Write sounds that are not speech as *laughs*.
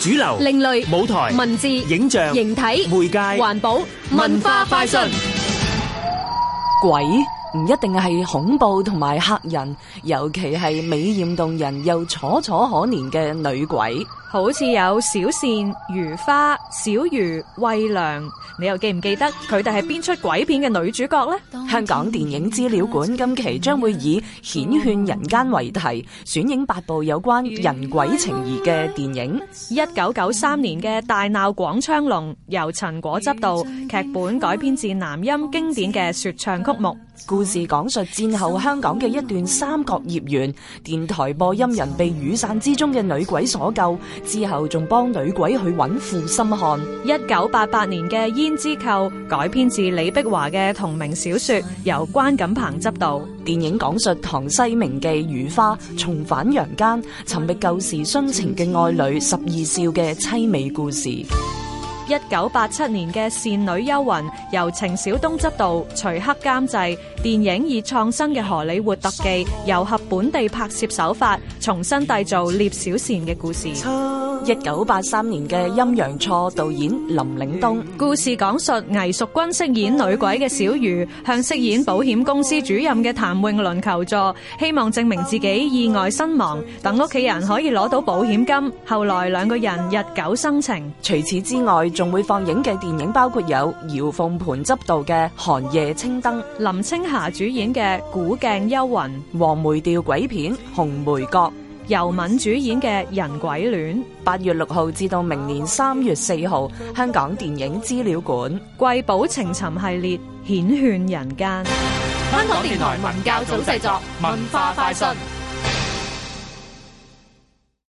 主流、另類舞台、文字影像、形體媒介環保文化快訊。鬼唔一定係恐怖同埋嚇人，尤其係美豔動人又楚楚可憐嘅女鬼。好似有小倩、如花、小魚、惠良，你又記唔記得佢哋係邊出鬼片嘅女主角呢？香港電影資料館今期將會以《顯勸人間》為題，選影八部有關人鬼情誼嘅電影。一九九三年嘅《大鬧廣昌隆》由陳果執導，劇本改編自南音經典嘅說唱曲目。故事講述戰後香港嘅一段三角孽緣，電台播音人被雨傘之中嘅女鬼所救，之後仲幫女鬼去揾負心漢。一九八八年嘅《胭脂扣》改編自李碧華嘅同名小說，由關錦鵬執導。電影講述唐西名妓如花重返陽間，尋覓舊時殉情嘅愛侶十二少嘅凄美故事。 *laughs* 一九八七年嘅《倩女幽魂》由程小東執導，徐克監製。電影以創新嘅荷里活特技，糅合本地拍攝手法，重新締造聶小倩嘅故事。一九八三年嘅《陰陽錯》，導演林嶺東。故事講述魏淑君飾演女鬼嘅小魚，向飾演保險公司主任嘅譚詠麟求助，希望證明自己意外身亡，等屋企人可以攞到保險金。後來兩個人日久生情。除此之外，仲會放映嘅電影包括有姚鳳盤執導嘅《寒夜青燈》、林青霞主演嘅《古鏡幽魂》，黃梅調鬼片《紅梅閣》。尤敏主演嘅《人鬼戀》，八月六號至到明年三月四號，香港電影資料館。貴寶情尋系列顯勸人間。香港電台文教組製作文化快訊。